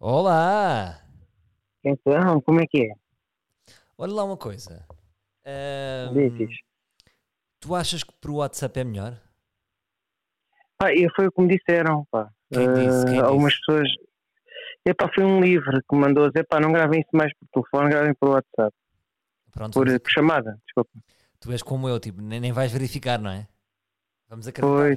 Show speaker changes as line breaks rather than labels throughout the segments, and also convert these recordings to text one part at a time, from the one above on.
Olá!
Então, como é que é?
Olha lá uma coisa. Ahm,
Dizes.
tu achas que por WhatsApp é melhor?
Pá, Ah, e foi o que me disseram, pá.
Quem disse?
Eh,
Quem
algumas pessoas. Epá, foi um livro que me mandou dizer, pá, não gravem isso mais por telefone, gravem por WhatsApp.
Pronto,
Por,
vamos-
por chamada, desculpa.
tu és como eu, tipo, nem, nem vais verificar, não é? Vamos acreditar.
Pois.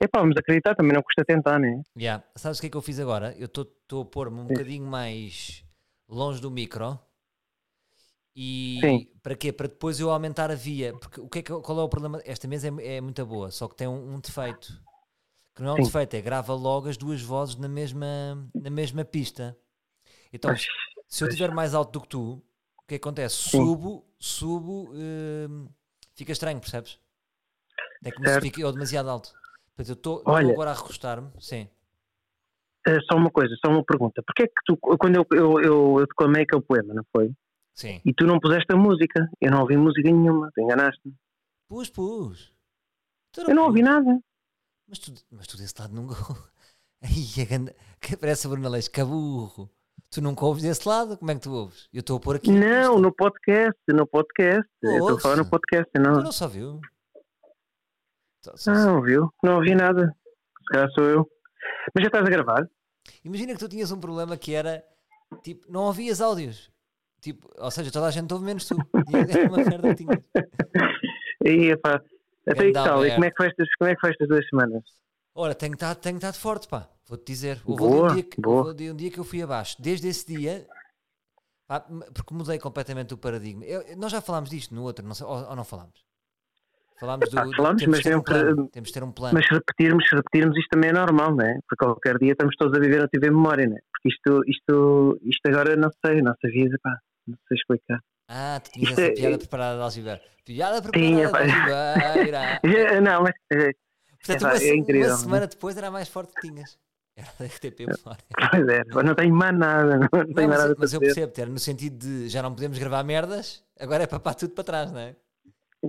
Epá, vamos acreditar, também não custa tentar, né?
Yeah. Sabes o que é que eu fiz agora? Eu estou a pôr-me um bocadinho mais longe do micro. E
Sim.
para quê? Para depois eu aumentar a via. Porque o que é que, eu- qual é o problema? Esta mesa é, é muito boa, só que tem um, um defeito. Que não é um
Sim.
defeito, é grava logo as duas vozes na mesma, na mesma pista. Então,
Pois,
se eu estiver mais alto do que tu, o que é que acontece? Subo, subo, hum, fica estranho, percebes? É como se
Certo.
fica eu demasiado alto. Portanto, eu estou
Olha.
agora a recostar-me, sim.
Eh, só uma coisa, só uma pergunta. Porquê é que tu, quando eu, eu, eu, eu declamei aquele poema, não foi?
Sim.
E tu não puseste a música. Eu não ouvi música nenhuma, tu enganaste-me.
Pus, pus. Tu
Eu não ouvi
pus.
nada.
Mas tu, mas tu desse lado nunca. Aí, a ganda... que parece a Bruna Leix, caburro. Tu nunca ouves desse lado? Como é que tu ouves? Eu estou a pôr aqui.
Não,
Isto-
no podcast, no podcast. eu estou a falar
Ouça.
no podcast,
Tu
não.
não só viu. Então, Só- só-
Ah, ouviu? Não ouvi nada. Se calhar sou eu. Mas já estás a gravar?
Imagina que tu tinhas um problema que era tipo, não ouvias áudios. Tipo, ou seja, toda a gente ouve menos tu. Tinha- Era uma merda que tinhas.
E epá, até aí que
Ganda
tal? E
merda.
como é que foi estas, como é que foi estas duas semanas?
Ora, tenho estado tenho estado forte, pá. Vou-te dizer. Houve
Boa,
ali um dia que,
boa.
houve ali um dia que eu fui abaixo. Desde esse dia, pá, m- porque mudei completamente o paradigma. Eu- eu- nós já falámos disto no outro, não sei- ou, ou não falámos? Falámos do.
Epá,
do-
falámos,
temos
mas
de ter um
não-
plano. Temos de ter um plano.
Mas se repetirmos, se repetirmos, isto também é normal, não é? Porque qualquer dia estamos todos a viver a TV memória, não é? Porque isto, isto, isto agora não sei, a nossa vida, pá, não sei explicar.
Ah, tu tinhas
isto
essa
é-
piada preparada de Alcibar. Piada
Tinha,
preparada de Alcibar.
Eh, Não, mas eh,
Portanto,
Epá,
uma,
é
se- uma
incrível, não é?
semana depois era a mais forte que tinhas. Era da RTP Memória.
pois é, eu não tenho mais nada, não tenho
Não,
mais
mas,
nada
mas eu
a fazer.
percebo, era no sentido de já não podemos gravar merdas, agora é para pá tudo para trás, não é?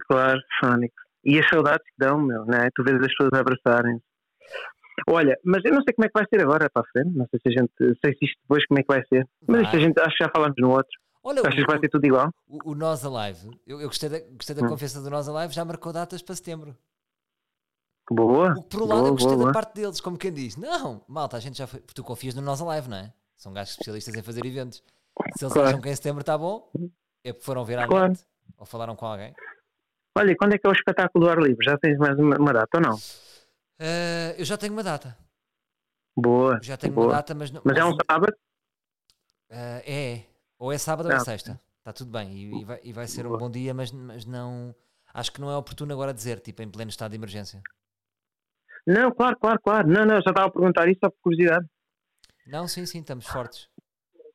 Claro, Sónico. E as saudades que dão, meu, não é? Tu vês as pessoas a abraçarem Olha, mas eu não sei como é que vai ser agora para a frente, não sei se a gente, sei se isto depois como é que vai ser, mas isto a gente, acho que já falámos no outro,
Olha,
achas que vai ser
o,
tudo igual?
o, o Nós Alive, eu, eu gostei da, gostei da
Hum.
confiança do Nós Alive, já marcou datas para setembro.
Boa,
O que por um lado
Hum. boa,
eu gostei
boa,
da
boa.
parte deles, como quem diz, não, malta, a gente já foi, tu confias no Nós Alive, não é? São gajos especialistas em fazer eventos. Se eles
Claro.
acham que em setembro está bom, é porque foram ver à
Claro.
net ou falaram com alguém.
Olha, e quando é que é o espetáculo do ar livre? Já tens mais uma, uma data ou não?
Ah, eu já tenho uma data,
Boa,
já tenho uma
boa.
data, mas não.
Mas é um sábado?
Ah, é, é. ou é sábado ou é
Ah,
sexta. Está tudo bem e, e vai, e vai ser um
Boa.
bom dia, mas, mas não. Acho que não é oportuno agora dizer, tipo, em pleno estado de emergência.
Não, claro, claro, claro. Não, não, já estava a perguntar isso só por curiosidade.
Não, sim, sim, estamos fortes.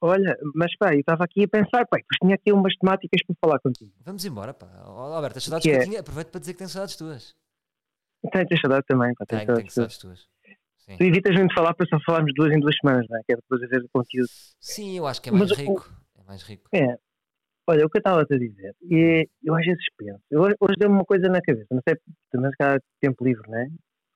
Olha, mas pá, eu estava aqui a pensar, pá, pois tinha aqui umas temáticas para falar contigo.
Vamos embora, pá. Ó, Alberto, as saudades
Que
que eu
é?
tinha, aproveito para dizer que tenho saudades tuas.
Então, tens saudade também, pá, tens
Tenho, tenho
saudade.
saudades tuas. Sim.
Tu evitas-me de falar para só falarmos duas em duas semanas, não é? Que é depois haver conteúdo.
Sim, eu acho que é mais
Mas o-
rico. É mais rico.
É. Olha, o que eu estava a te dizer, e eu às vezes penso, eu, hoje deu-me uma coisa na cabeça, não sei, também se há tempo livre, não é?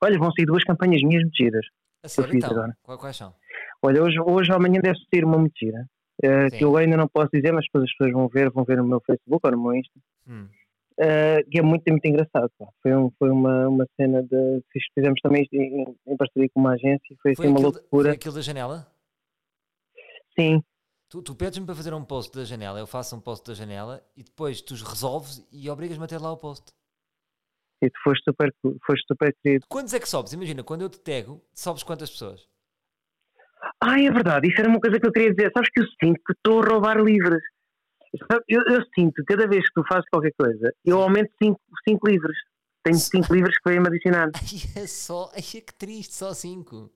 Olha, vão sair duas campanhas minhas muito giras.
A sério,
fiz
então,
agora.
qual- quais são?
Olha, hoje, hoje ou amanhã deve sair uma mentira. eh,
Sim.
que eu ainda não posso dizer, mas depois as pessoas vão ver, vão ver no meu Facebook ou no meu Insta.
Hum.
eh, que é muito, muito engraçado. pá. Foi, um- foi uma, uma cena de. fiz- Fizemos também isto em, em parceria com uma agência. Foi assim
Foi,
uma
aquilo, da- foi
loucura.
aquilo da janela?
Sim,
Tu, tu pedes-me para fazer um post da janela, eu faço um post da janela e depois tu os resolves e obrigas-me a ter lá o post.
e tu foste super, cu- foste super querido.
Quantos é que sobes? Imagina, quando eu te tego, sobes quantas pessoas?
Ah, é verdade, isso era uma coisa que eu queria dizer. Sabes que eu sinto que estou a roubar livros. Sabe, Eu, eu sinto, cada vez que tu fazes qualquer coisa, eu aumento 5 cinco, livros. Tenho 5 livros que vêm-me adicionar.
Ai, é só, ai, é que triste, só cinco.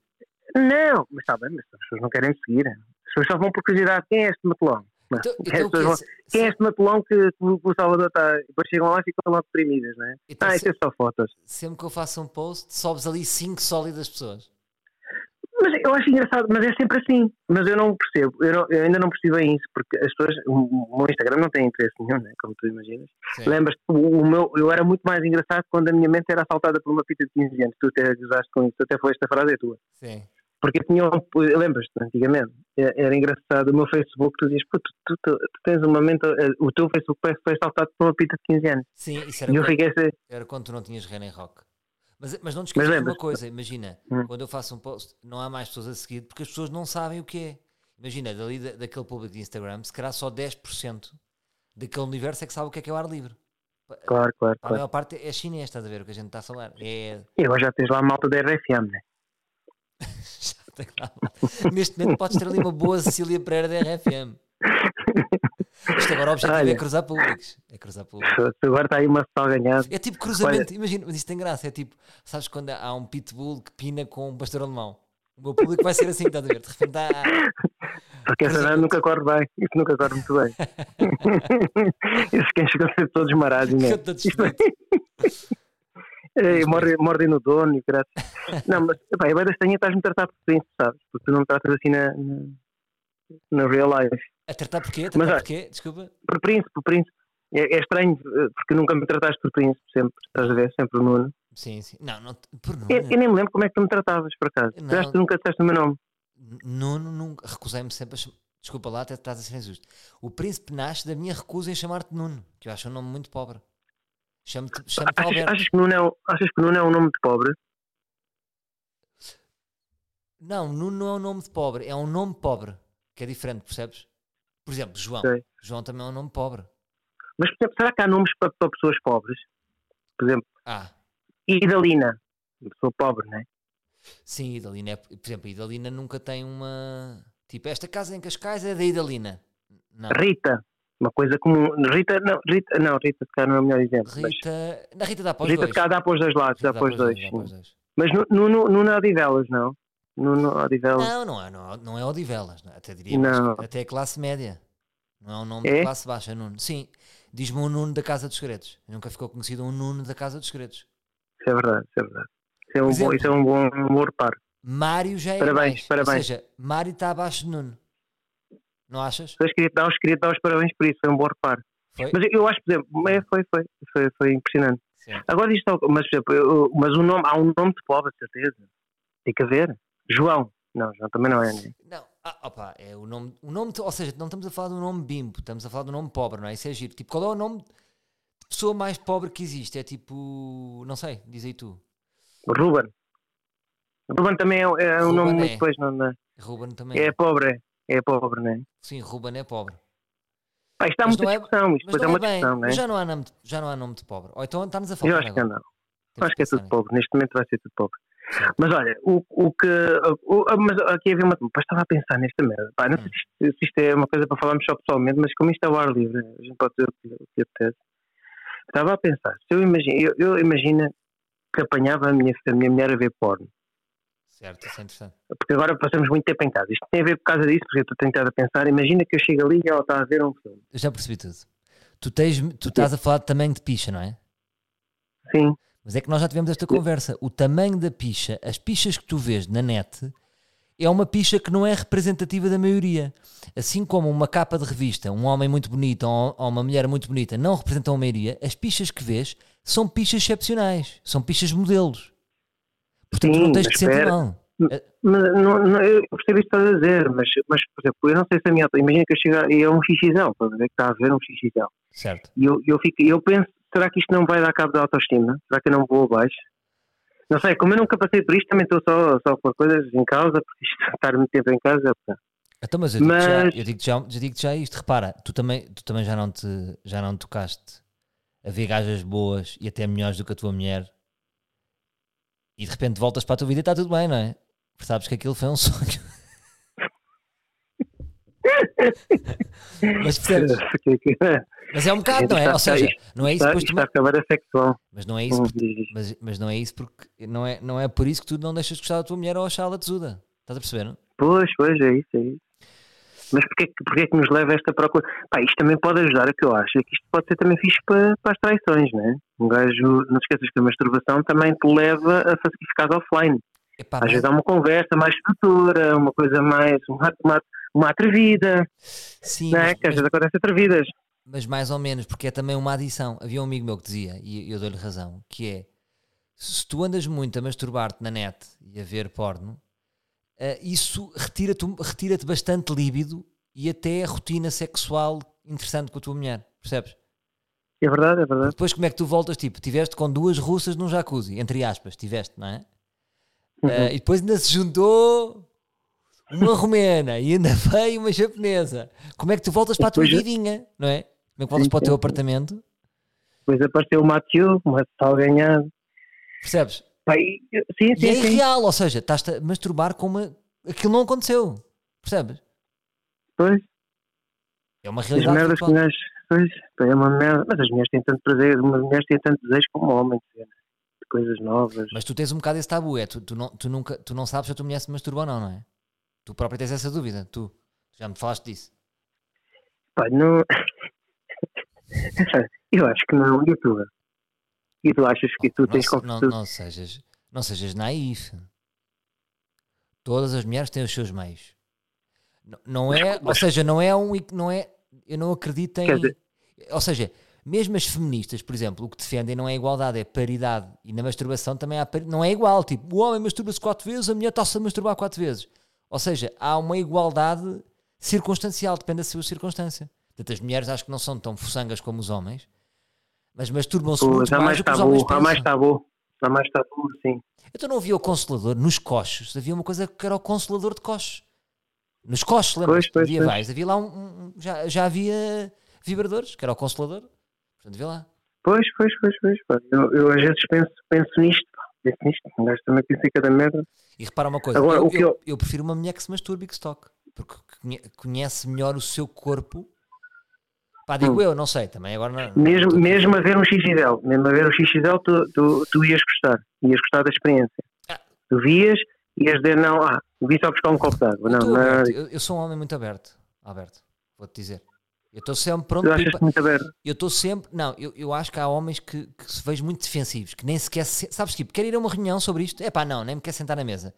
Não, mas está bem, mas as pessoas não querem seguir. As pessoas só vão por curiosidade. Quem é este matelão? Mas
Então,
as
então,
pessoas vão-
que é-
Quem é
se-
este matelão que, que o que o Salvador está. e Depois chegam lá e ficam logo deprimidas, não é?
então
Ah,
se-
isso é só fotos.
sempre que eu faço um post, sobes ali cinco sólidas pessoas.
Mas eu acho engraçado, mas é sempre assim. Mas eu não percebo, eu, não- eu ainda não percebo bem isso, porque as pessoas. O o meu Instagram não tem interesse nenhum, né? Como tu imaginas.
Sim.
Lembras-te, o, o meu, eu era muito mais engraçado quando a minha mente era assaltada por uma fita de 15 anos. Tu até usaste com isso, até foi esta frase, é tua.
Sim.
Porque tinham, lembras-te, antigamente, eh, era engraçado, o meu Facebook, tu dizes, pô, tu, tu- tu- tu tens uma mente, eh, o teu Facebook parece que foi saltado por uma pita de 15 anos.
Sim, isso era
E eu
quando,
fiquei assim,
era quando tu não tinhas Renan Rock. Mas, mas não te esqueças de uma
lembras-te?
coisa, imagina,
Hum.
quando eu faço um post, não há mais pessoas a seguir porque as pessoas não sabem o que é. Imagina, dali da- daquele público de Instagram, se calhar só 10% daquele universo é que sabe o que é que é o ar livre.
claro, claro,
A
claro.
maior parte é chinês, estás a ver o que a gente está a falar. É,
E agora já tens lá a malta da RFM, né?
Já tem lá. Neste momento podes ter ali uma boa Cecília Pereira da RFM. Isto agora o objetivo é
Olha.
cruzar públicos. É cruzar públicos.
Se- se Agora está aí uma só ganhada.
É tipo cruzamento, imagina, mas isto tem graça. É tipo, sabes quando há um pitbull que pina com um pastor alemão? O meu público vai ser assim, estás a ver? De repente há.
Porque essa
Cruzamento.
não, nunca corre bem. Isso nunca corre muito bem. Esses cães ficam sempre todos marados, né?
Canta de espírito.
Ei, morde- Mordem É, no dono e graças. Não, mas epá, é bem da estranha estás-me a tratar por príncipe, sabes? Porque tu não me tratas assim na, na, na real life.
A tratar porquê? A
Mas
tratar
olha-
porquê? Desculpa.
Por príncipe, por príncipe. É, é estranho eh, porque nunca me trataste por príncipe, sempre, estás a ver? Sempre o Nuno.
Sim, sim. Não, não. Por Nuno.
Eu, eu nem me lembro como é que tu me tratavas, por acaso.
Não.
Será que tu nunca disseste o meu nome? é.
Nuno, nunca. Recusei-me sempre a chamar. Desculpa lá, até estás a ser injusto. O príncipe nasce da minha recusa em chamar-te Nuno, que eu acho um nome muito pobre. Chamo-te chamo
Achas,
Alberto.
achas que Nuno é, um- achas que Nuno é um nome de pobre?
Não, Nuno não é um nome de pobre, é um nome pobre, que é diferente, percebes? Por exemplo, João.
Sei.
João também é um nome pobre.
Mas, por exemplo, será que há nomes para, para pessoas pobres? Por exemplo,
Ah,
Idalina. Uma pessoa pobre, não é?
sim, Idalina. é- Por exemplo, a Idalina nunca tem uma. Tipo, esta casa em Cascais é da Idalina. Não.
Rita. Uma coisa comum. Rita, não, Rita, não, Rita, se calhar não é o melhor exemplo. mas-
Rita. Na Rita dá para os
Rita,
dois.
se calhar dá para os dois lados,
Rita
dá para os dois.
dá para os
sim.
dois.
Mas nu- Nuno Nuno Odivelas, não? Nuno Odivelas.
Não, não é, não é, não é Odivelas, não é? até diria.
Não.
mais- Até é classe média. Não é um nome de
É?
classe baixa, Nuno. Sim, diz-me um Nuno da Casa dos Segredos. Nunca ficou conhecido um Nuno da Casa dos Segredos.
Isso é verdade, isso é verdade. Isso
Por
é um, bom,
exemplo.
isso é um bom, um bom reparo.
Mário já é
Parabéns,
mais. Ou
parabéns.
seja, Mário está abaixo de Nuno. Não achas?
Mas queria dar, os, queria dar os parabéns por isso, foi um bom reparo.
Foi?
Mas eu- eu acho, por exemplo, é, foi, foi, foi, foi impressionante.
Sim.
Agora isto, é- mas, por exemplo, eu- mas o nome, há um nome de pobre, certeza. Tem que haver. João. Não, João também não é, né?
Não, ah, opa, é o nome, o nome de- ou seja, não estamos a falar do nome bimbo, estamos a falar do nome pobre, não é? Isso é giro. Tipo, qual é o nome de pessoa mais pobre que existe? É tipo, não sei, diz aí tu.
Ruben. Ruben também é, é um
Ruben
nome
é.
muito pois, não, não é?
Ruben também.
É pobre, é pobre, não é?
Sim, Ruben é pobre.
Pá, isto há
Mas
muita
não é-
discussão, isto
Mas
depois é
não
uma
é bem,
discussão, não é?
mas já, não há nome de, já não há nome de pobre. Ou então estamos a falar
Eu acho que
agora.
não.
Temos
acho que é
pensar
tudo
nisso.
pobre, neste momento vai ser tudo pobre. Mas olha, o, o que. o- o- mas aqui havia uma. Pá, estava a pensar nesta merda. Pá, não sei se isto, se isto é uma coisa para falarmos só pessoalmente, mas como isto é o ar livre, a gente pode dizer o que, o que apetece. Estava a pensar, se eu imagino, eu, eu imagino que apanhava a minha, a minha mulher a ver porno,
Certo, isso é interessante.
porque agora passamos muito tempo em casa. Isto tem a ver por causa disso, porque eu estou tentado a pensar. Imagina que eu chego ali e ela está a ver um filme.
Eu já percebi tudo. Tu, tens, tu estás a falar de tamanho de picha, não é?
Sim,
Mas é que nós já tivemos esta conversa. O tamanho da picha, as pichas que tu vês na net, é uma picha que não é representativa da maioria. Assim como uma capa de revista, um homem muito bonito ou ou uma mulher muito bonita não representam a maioria, as pichas que vês são pichas excepcionais, são pichas modelos. Portanto,
Sim,
não tens
mas
de te sentir
espera.
mal.
mas não, não- eu percebo isto que estás a dizer, mas, mas, por exemplo, eu não sei se a minha. Imagina que eu chego e é um xixizão, estás a ver que está a ver um xixizão.
Certo.
E eu, eu, fico, eu penso, será que isto não vai dar cabo da autoestima? Será que eu não vou abaixo? Não sei, como eu nunca passei por isto, também estou só, só com coisas em causa, porque isto é estar muito tempo em casa. pá.
Então, mas eu digo-te já,
Mas-
eu digo-te já, eu digo-te já isto. Repara, tu também, tu também já, não te, já não te tocaste a ver gajas boas e até melhores do que a tua mulher. E de repente voltas para a tua vida e está tudo bem, não é? Porque sabes que aquilo foi um sonho. mas percebes?
Que- que-
Mas é um bocado, não é? Ou seja, não é isso
Está,
depois tu...
isto a acabar a sexual.
Mas não é isso,
Hum,
porque-
diz isto.
mas, mas não é isso porque não é, não é por isso que tu não deixas de gostar da tua mulher ou achá-la tesuda. Estás a perceber, não?
Pois, pois, é isso, é isso. Mas porquê, que- porquê que nos leva a esta procura? Pá, isto também pode ajudar, o que eu acho, é que isto pode ser também fixe para, para as traições, não é? Um gajo, não te esqueças que a masturbação também te leva a ficar offline.
Epá,
Às
mas-
vezes há uma conversa mais estrutura, uma coisa mais. uma, uma, uma atrevida,
sim,
não é?
mas-
Que às vezes acontecem atrevidas.
mas mais ou menos, porque é também uma adição. Havia um amigo meu que dizia, e eu dou-lhe razão, que é se tu andas muito a masturbar-te na net e a ver porno, eh, isso retira-te retira bastante líbido e até a rotina sexual interessante com a tua mulher, percebes?
É verdade, é verdade.
Depois como é que tu voltas, tipo, tiveste com duas russas num jacuzzi, entre aspas, tiveste, não é?
Uhum.
Eh, e depois ainda se juntou uma romena e ainda veio uma japonesa. Como é que tu voltas para a tua
Depois-
vidinha, não é? Como é que voltas
Sim,
para o teu
sim.
apartamento?
Depois apareceu o tá Mathieu, mas está ganhado.
Percebes?
Pai, sim,
E é
sim, sim.
irreal, ou seja, estás-te a masturbar com uma... Aquilo não aconteceu, percebes?
Pois,
É uma
as
realidade
merdas que
virtual.
nós. Pois, pá, é uma merda. Mas as mulheres têm tanto prazer, as mulheres têm tanto desejo como homens, né? de coisas novas.
Mas tu tens um bocado esse tabu, é? Tu, tu, não, tu, nunca, tu não sabes se a tua mulher se masturba ou não, não é? Tu próprio tens essa dúvida, tu. Tu Já me falaste disso.
Pá, não. Eu acho que não, e tu? E tu achas que tu
não,
tens
se- não,
confiança?
não sejas Não sejas naif. Todas as mulheres têm os seus meios. Não, não é, ou seja, não é um. equ- Não é, eu não acredito em.
Quer dizer-
Ou seja, mesmo as feministas, por exemplo, o que defendem não é igualdade, é paridade. E na masturbação também há pari- não é igual. Tipo, o homem masturba-se quatro vezes, a mulher está-se a masturbar quatro vezes. Ou seja, há uma igualdade circunstancial, depende da sua circunstância. Portanto, as mulheres acho que não são tão fuçangas como os homens, mas masturbam-se muito
Pois, há
mais,
mais
do que os homens
tabu, há
pensam.
mais tabu. Há mais tabu, sim.
Então não havia o consolador nos cochos. Havia uma coisa que era o consolador de cochos. Nos cochos, lembras?
Pois, pois,
havia vários. Havia lá um, um- já, já havia vibradores, que era o consolador. Portanto, vê lá.
Pois, pois, pois, pois. pá. Eu, eu às vezes penso, penso nisto. pá. Penso nisto. Um gajo também pensa em cada merda.
E repara uma coisa.
Agora,
eu,
o que
eu-
eu-
eu prefiro uma mulher que se masturbe e que se toque. Porque conhe- conhece melhor o seu corpo. Pá, digo
Hum.
eu, não sei. Também agora não... não
Mesmo,
estou-
mesmo a ver um xixidel, mesmo a ver um xixidel, tu, tu, tu ias gostar. Ias gostar da experiência.
Ah.
Tu vias, ias dizer, não, ah, vim só buscar um copo de água.
Eu
Não,
estou
não.
aberto. Eu, eu sou um homem muito aberto, Alberto. Vou-te dizer. Eu estou sempre pronto
Tu
para ir
achas
pa-
que muito aberto?
Eu estou sempre. Não, eu, eu acho que há homens que, que se vejo muito defensivos, que nem sequer. Se, sabes, tipo, quero ir a uma reunião sobre isto? É pá, não, nem me quer sentar na mesa.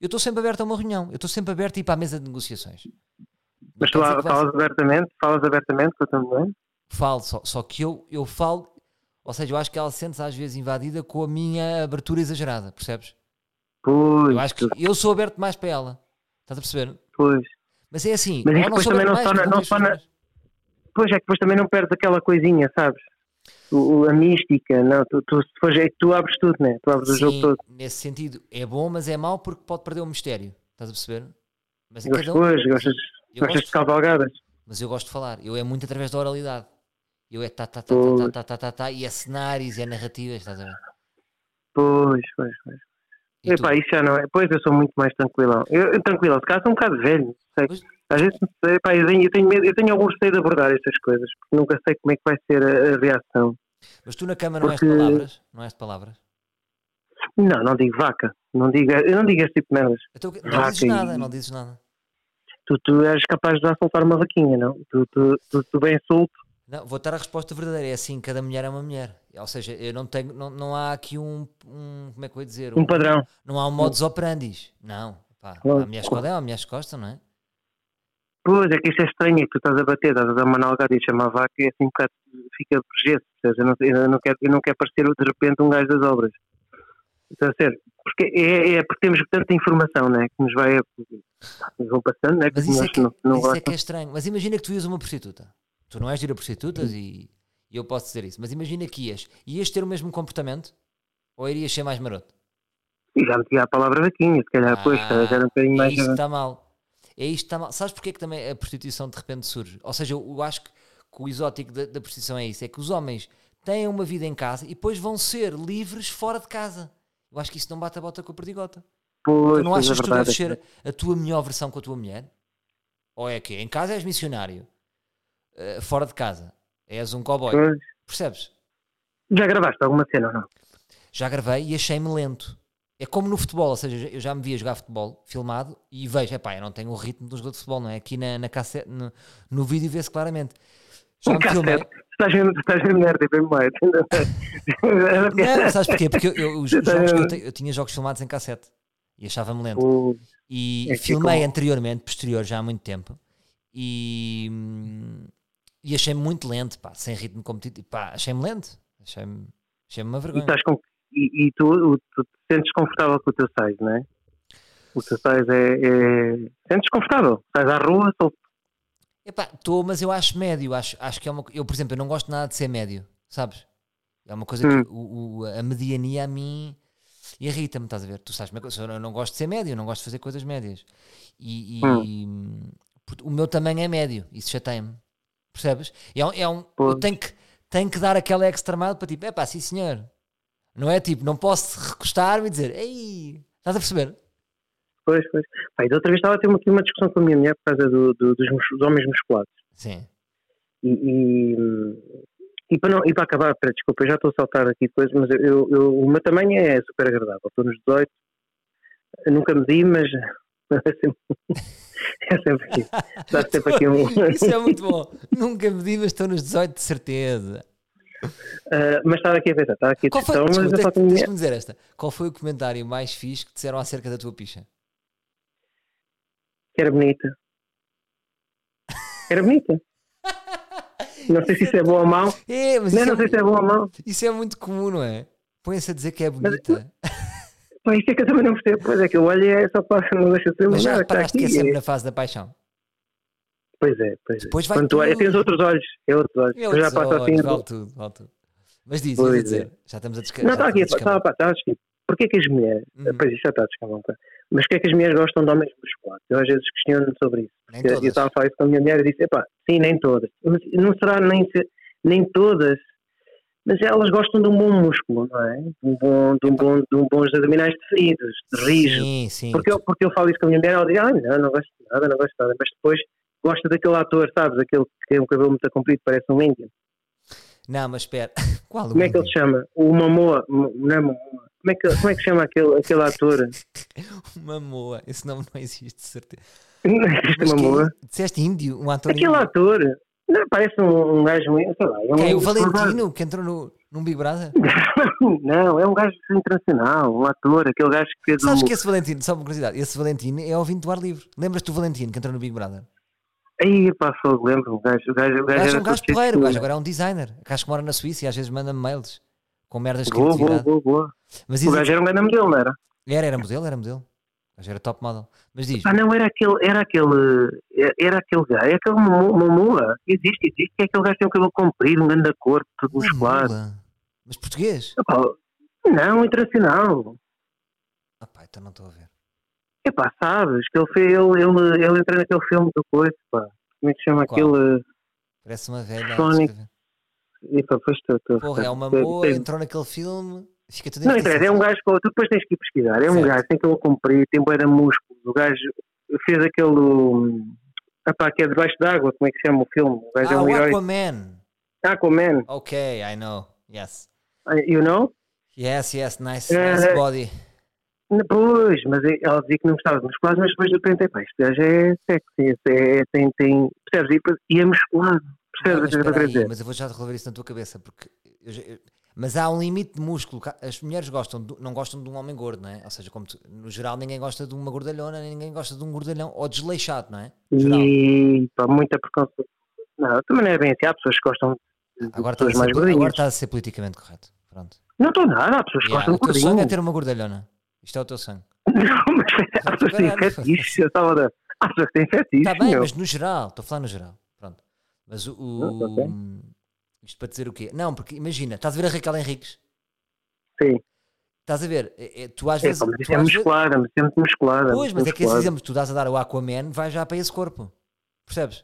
Eu estou sempre aberto a uma reunião, eu estou sempre aberto a ir para a mesa de negociações. Não
Mas
quer
tu
dizer
ah,
que vai ser-
falas abertamente, falas abertamente com a tua mulher?
Falo, só, só que eu, eu falo. Ou seja, eu acho que ela se sente às vezes invadida com a minha abertura exagerada, percebes?
Pois,
Eu acho que eu sou aberto mais para ela. Estás a perceber?
pois.
Mas é assim.
Mas
ela
isso depois
sou
também
aberto mais
não só
do
na-
que
não
outras
só na-
pessoas.
Pois é que depois também não perdes aquela coisinha, sabes? O, o- a mística, não, tu, tu, se fores- é que tu abres tudo, né? Tu abres o jogo
Sim,
todo.
Nesse sentido, é bom, mas é mau porque pode perder o mistério. Estás a perceber? Mas é
Gostas
cada um-
pois, gostas,
Eu
gostas de
gosto,
cavalgadas.
mas eu gosto de falar. Eu é muito através da oralidade. Eu é tá, tá, tá,
Pois.
tá, tá, tá, tá, tá, tá, e é cenários, e é narrativas, estás a ver?
Pois, pois, pois.
E tu?
Epá, isso já não é. Pois eu sou muito mais tranquilão. Eu, eu tranquilão, se calhar sou um bocado velho. não Sei.
Pois.
Às vezes não sei, epá, eu tenho, eu tenho medo, eu tenho algum receio de abordar estas coisas, porque nunca sei como é que vai ser a, a reação.
Mas tu na cama não és de
porque-
palavras? Não és de palavras?
Não, não digo vaca. Não digo, eu não digo este tipo de merdas.
Então, não
Vaca
dizes nada,
e-
não dizes nada.
Tu, tu és capaz de assaltar uma vaquinha, não? Tu, tu, tu, tu bem solto.
Não, vou dar a resposta verdadeira. É assim, cada mulher é uma mulher. Ou seja, eu não tenho, não, não há aqui um, um- como é que eu ia dizer?
Um padrão.
Não há um modus operandi. Não. Pá,
Claro.
há mulheres que odeiam, há mulheres que gostam, não é?
Pois, é que isto é estranho, é que tu estás a bater, estás a dar uma nalgada e chama a vaca e assim um bocado fica prejeito, ou seja, eu não, eu não quero, eu não quero parecer de repente um gajo das obras. Está a ser? Porque é, é porque temos tanta informação, né? Que nos vai. Nos vão passando, né? Que
Mas isso,
nós
é que,
não,
isso é
não gostamos.
que é estranho. Mas imagina que tu ias a uma prostituta. Tu não és de ir a prostitutas e, e eu posso dizer isso. Mas imagina que ias. Ias ter o mesmo comportamento? Ou irias ser mais maroto?
E já metia a palavra vaquinha, se calhar, pois,
Ah,
já era um bocadinho
É
mais.
isto que está mal. É isto que está mal. Sabes porque é que também a prostituição de repente surge? Ou seja, eu, eu acho que, que o exótico da, da prostituição é isso. É que os homens têm uma vida em casa e depois vão ser livres fora de casa. Eu acho que isso não bate a bota com a perdigota.
Pois,
Tu não
pois,
achas
a
que tu deves
verdade. é
ser a tua melhor versão com a tua mulher? Ou é que em casa és missionário, Eh, fora de casa és um
que-
cowboy,
Pois.
percebes?
Já gravaste alguma cena ou não?
Já gravei e achei-me lento. É como no futebol, ou seja, eu já me vi a jogar futebol filmado e vejo, epá, eu não tenho o ritmo de um jogador de futebol, não é? Aqui na, na cassete, no, no vídeo vê-se claramente. Já
Um
me filmei.
cassete. Estás mesmo, estás mesmo nerd, é bem é? mais.
Não, sabes porquê? Porque eu, eu- os
Eu tenho-
jogos que eu, te- eu tinha jogos filmados em cassete e achava-me lento.
Pois.
E
É que
filmei
como-
anteriormente, posterior, já há muito tempo. E, hum, e achei-me muito lento, pá, sem ritmo competitivo. Pá, achei-me lento. Achei-me achei uma
E,
vergonha.
estás com, e, e tu, o- tu te sentes confortável com o teu size, não é? Porque estás é, é... sentes confortável. Estás à rua, solto.
Epá, estou, mas eu acho médio. Acho, acho que é uma. co- Eu, por exemplo, eu não gosto nada de ser médio, sabes? É uma coisa
Hum.
que o- o- a mediania a mim irrita-me, estás a ver? Tu sabes, como é que eu sou, eu não gosto de ser médio, eu não gosto de fazer coisas médias. E, e- Hum. portu- o meu tamanho é médio, isso chateia-me. Percebes? É um, é um, eu
Pois.
tenho que, tenho que dar aquela extra mile para tipo, é pá, sim senhor. Não é tipo, não posso recostar-me e dizer, ei, estás a perceber?
Pois, pois. Pá, e da outra vez estava a ter uma- aqui uma discussão com a minha mulher por causa do- do- dos, mus- dos homens musculados.
Sim.
E, e, e para, não, e para acabar, pera, desculpa, eu já estou a saltar aqui coisas, mas eu, eu- eu- o meu tamanho é super agradável. Estou nos 18, eu nunca medi, mas é sempre, é sempre aqui. Dá sempre aqui um.
Isso é muito bom. Nunca me digas, estou nos 18 de certeza.
Ah, mas estava aqui a pensar, estava aqui a
Qual foi,
discussão, então, mas
desculpa,
eu só
tens-
com a minha-
tens-me dizer esta. Qual foi o comentário mais fixe que disseram acerca da tua picha?
que era bonita. Era bonita. Não sei se isso é bom ou mau.
É, mas
Não,
isso,
não
é,
sei se é bom ou mau.
isso é muito comum, não é? Põe-se a dizer que é bonita.
Pá, isso é que eu também não percebo. Pois é que eu olho e é só para não deixa de ser
Mas já
lugar. Está
reparaste
aqui.
que é sempre na fase da paixão.
Pois é, pois é.
Depois vai
Quando tu olhas,
tudo.
tens outros olhos. É outros olhos.
Meu
eu já
Deus,
passo assim.
vale "Oh, tudo, vale tudo. Mas diz,
Pois
vais
é.
a dizer. Já estamos a desca-
Não,
já
está aqui. tá
estamos a
Está
descambar.
pá, está aqui. Porquê que as mulheres.
Uhum.
Pois isso já está a descambar um bocado. Mas porquê que as mulheres gostam de homens musculados? Eu às vezes questiono-me sobre isso.
Nem
Eu- Eu
todas.
estava a falar isso com a minha mulher e disse: epá, sim, nem todas. Mas não será nem, se- nem todas. Mas elas gostam de um bom músculo, não é? De um bom, de um bom, de um bons abdominais definidos, de um rijo.
Sim, sim.
Porque eu, porque eu falo isso com a minha mulher, ela diz, ah, não, não gosto de nada, não gosto de nada. Mas depois gosta daquele ator, sabes? Aquele que tem um cabelo muito comprido, parece um índio.
Não, mas espera. Qual o
Como é que ele
índio?
se chama? O Mamoa, M- não é Mamoa. Como é que, como é que se chama aquele, aquele ator?
Uma moa. Esse nome não existe, de certeza.
Não existe
Mas quem-
Mamoa.
Disseste índio? Um ator
é Aquele
índio?
ator, não, parece um, um gajo, sei lá. É um
Quem? O
índio saudável.
Valentino, que entrou no, num Big Brother?
Não, é um gajo internacional, um ator, aquele gajo que fez
Sabes
o...
que esse Valentino, só uma curiosidade, esse Valentino é ouvinte do ar livre. Lembras-te do Valentino que entrou no Big Brother?
Aí, pá, fogo, lembro, o gajo, o gajo, o
O
gajo
gajo é
era
um gajo
todo
porreiro, o gajo
cheio de-
agora é um designer. O gajo que mora na Suíça e às vezes manda-me mails com merdas de
Boa, boa,
criatividade.
boa, boa.
Mas
O
diz,
gajo era um grande modelo, não era?
era, era modelo, era modelo. O gajo era top model. Mas diz,
Ah, não, era aquele, era aquele, era aquele gajo, é aquele Momo- Momoa, existe, existe, é aquele gajo que tem o cabelo comprido, um grande corpo, tudo
"Uma
musculado.
mula." mas português?
Epá, Não, internacional.
Ah pá, então não estou a ver.
Epá, sabes, que ele, fez, ele, ele, ele entra naquele filme do coisa, pá. Como é que se chama
Qual?
aquele?
Parece uma velha. a
Sonic.
escrever.
Epá, pois estou, estou.
Porra, é uma
Tem-
moa,
tem-
entrou naquele filme, fica tudo
Não interessa, é um gajo, que tu depois tens que ir pesquisar, é um
Certo.
gajo, tem cabelo comprido, tem bué de músculo, o gajo fez aquele, hum, epá, que é debaixo d'água, como é que se chama o filme? O gajo é
Ah,
um
o
herói. Ah,
Aquaman.
Aquaman, Ah,
Ok, I know. Yes.
you know?
Yes, yes, nice,
É,
nice
é.
body.
Não, Pois, mas é, ela dizia que não gostava de musculados, mas depois eu pensei, pá, este gajo é sexy, este é, tem, tem, percebes? E, depois- e é musculado,
Não,
percebes o
mas,
que eu
espera
quero
aí,
dizer?
mas eu vou já resolver isso na tua cabeça porque eu já- eu- mas há um limite de músculo ca- as mulheres gostam do- não gostam de um homem gordo não é ou seja como tu- no geral ninguém gosta de uma gordalhona nem ninguém gosta de um gordalhão ou desleixado não é No geral.
E, pá, muita preconceito. Não, também não é bem assim, há pessoas que gostam de de
agora está a
pessoas
ser,
mais
poli- agora
gordinhas.
está a ser politicamente correto pronto
Não estou nada, há pessoas que
Yeah,
gostam
o
de
teu sonho é
gordinhos.
ter uma gordalhona isto é o teu sonho
Não, mas há pessoas que têm
Caralho.
fetiches, eu estava a dar. Há pessoas que têm
está
fetiches,
Tá bem
meu.
mas no geral estou a falar no geral pronto mas o, o-
Ah, ok.
isto para dizer o quê não porque imagina estás a ver a Raquel Henriques
Sim,
estás a ver É- é- tu às
é,
vezes,
pá, mas
tu
isso é
às vezes-
musculada, mas é muito musculada.
Pois,
muito
mas é que esse
musculada.
exemplo que tu dás a dar ao Aquaman vai já para esse corpo. Percebes?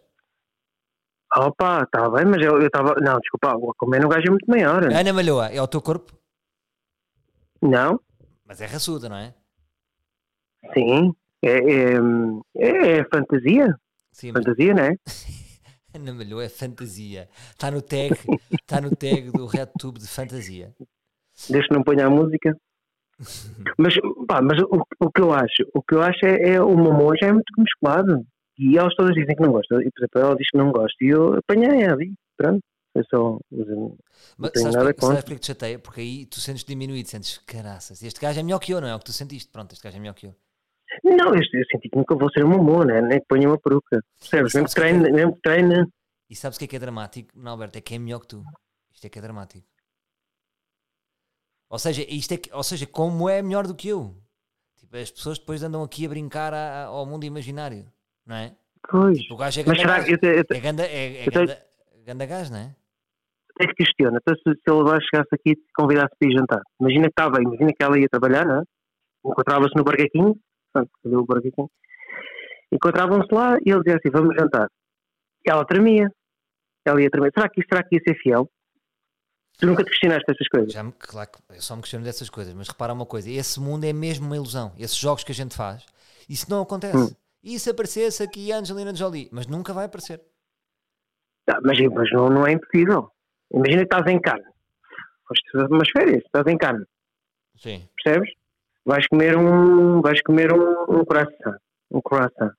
Opa, está bem, mas eu estava. Não, desculpa, o Aquaman é um gajo muito maior.
Ana Malhoa é o teu corpo,
Não?
mas é raçuda, não é?
Sim, é, é, é- é fantasia,
Sim, mas
fantasia, não é?
Ana Malhoa é fantasia. Está no tag, está no tag do RedTube de fantasia.
Desde que não ponha a música. Mas, pá, mas o, o que eu acho, o que eu acho é, é o Momoa já é muito musculado. E elas todas dizem que não gostam. E, por exemplo, ela diz que não gosta. E eu apanhei ela e pronto. Eu só.
Mas
tenho
sabes,
nada
porquê-
contra.
sabes porque é te chateia? Porque aí tu sentes diminuído, sentes caraças. Este gajo é melhor que eu, não é? o que tu sentiste? Pronto, este gajo é melhor que eu.
Não, eu, eu senti que nunca vou ser um Momoa, né? nem que ponha uma peruca. Percebes? Mesmo que treine, mesmo que treine.
E sabes o que é que é dramático? Não, Alberto, é que é melhor que tu. Isto é que é dramático. Ou seja, isto é que, ou seja, como é melhor do que eu? Tipo, as pessoas depois andam aqui a brincar a- a- ao mundo imaginário, não é?
Pois.
O gajo é
Mas
ganda
será
gajo,
que eu, te- eu te-
é ganda, é, é
eu tenho-
ganda, ganda gajo, não é?
até que questiona. Então, se, se ele agora chegasse aqui e te convidasse para ir jantar, imagina que estava, imagina que ela ia trabalhar, não é? Encontrava-se no Burger King, portanto, cadê o Burger King? Encontravam-se lá e ele dizia assim: vamos jantar. E ela tremia. Ela ia tremer. Será que isso será que ia ser fiel? Tu nunca te questionaste essas coisas?
Já me, claro que eu só me questiono dessas coisas, mas repara uma coisa: esse mundo é mesmo uma ilusão. Esses jogos que a gente faz, isso não acontece.
Hum.
E se aparecesse aqui a Angelina Jolie, mas nunca vai aparecer.
Tá, mas mas não, não é impossível. Imagina que estás em carne. Foste fazer umas férias, estás em carne.
Sim.
percebes? Vais comer um, vais comer um, um croissant, um croissant.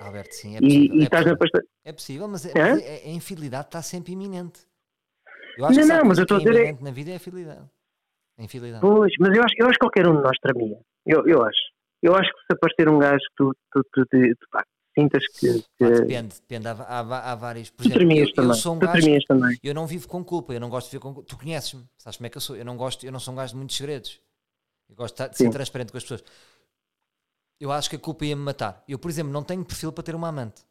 Alberto, sim, é
e,
possível.
e
é,
estás na
possível.
pasta...
É possível, mas é-
Hã?
mas é- a infidelidade está sempre iminente. Eu acho
Não,
que se há
não, mas
coisa
eu estou
que
a dizer é-
iminente na vida é a infidelidade. A infidelidade.
Pois, mas eu acho, eu acho que qualquer um de nós tramia. Eu, eu acho. Eu acho que se aparecer um gajo que tu, tu, tu, te- tu pá, sintas que.
Pá,
que-
depende, depende. Há, há, há- há vários. Por
tu
exemplo, eu,
tremias
eu
também.
sou um
tu
gajo.
tremias também.
Eu não vivo com culpa, eu não gosto de viver com culpa. Tu conheces-me, sabes como é que eu sou? Eu não gosto, eu não sou um gajo de muitos segredos. Eu gosto de, estar- de ser
Sim.
transparente com as pessoas. Eu acho que a culpa ia me matar. Eu, por exemplo, não tenho perfil para ter uma amante.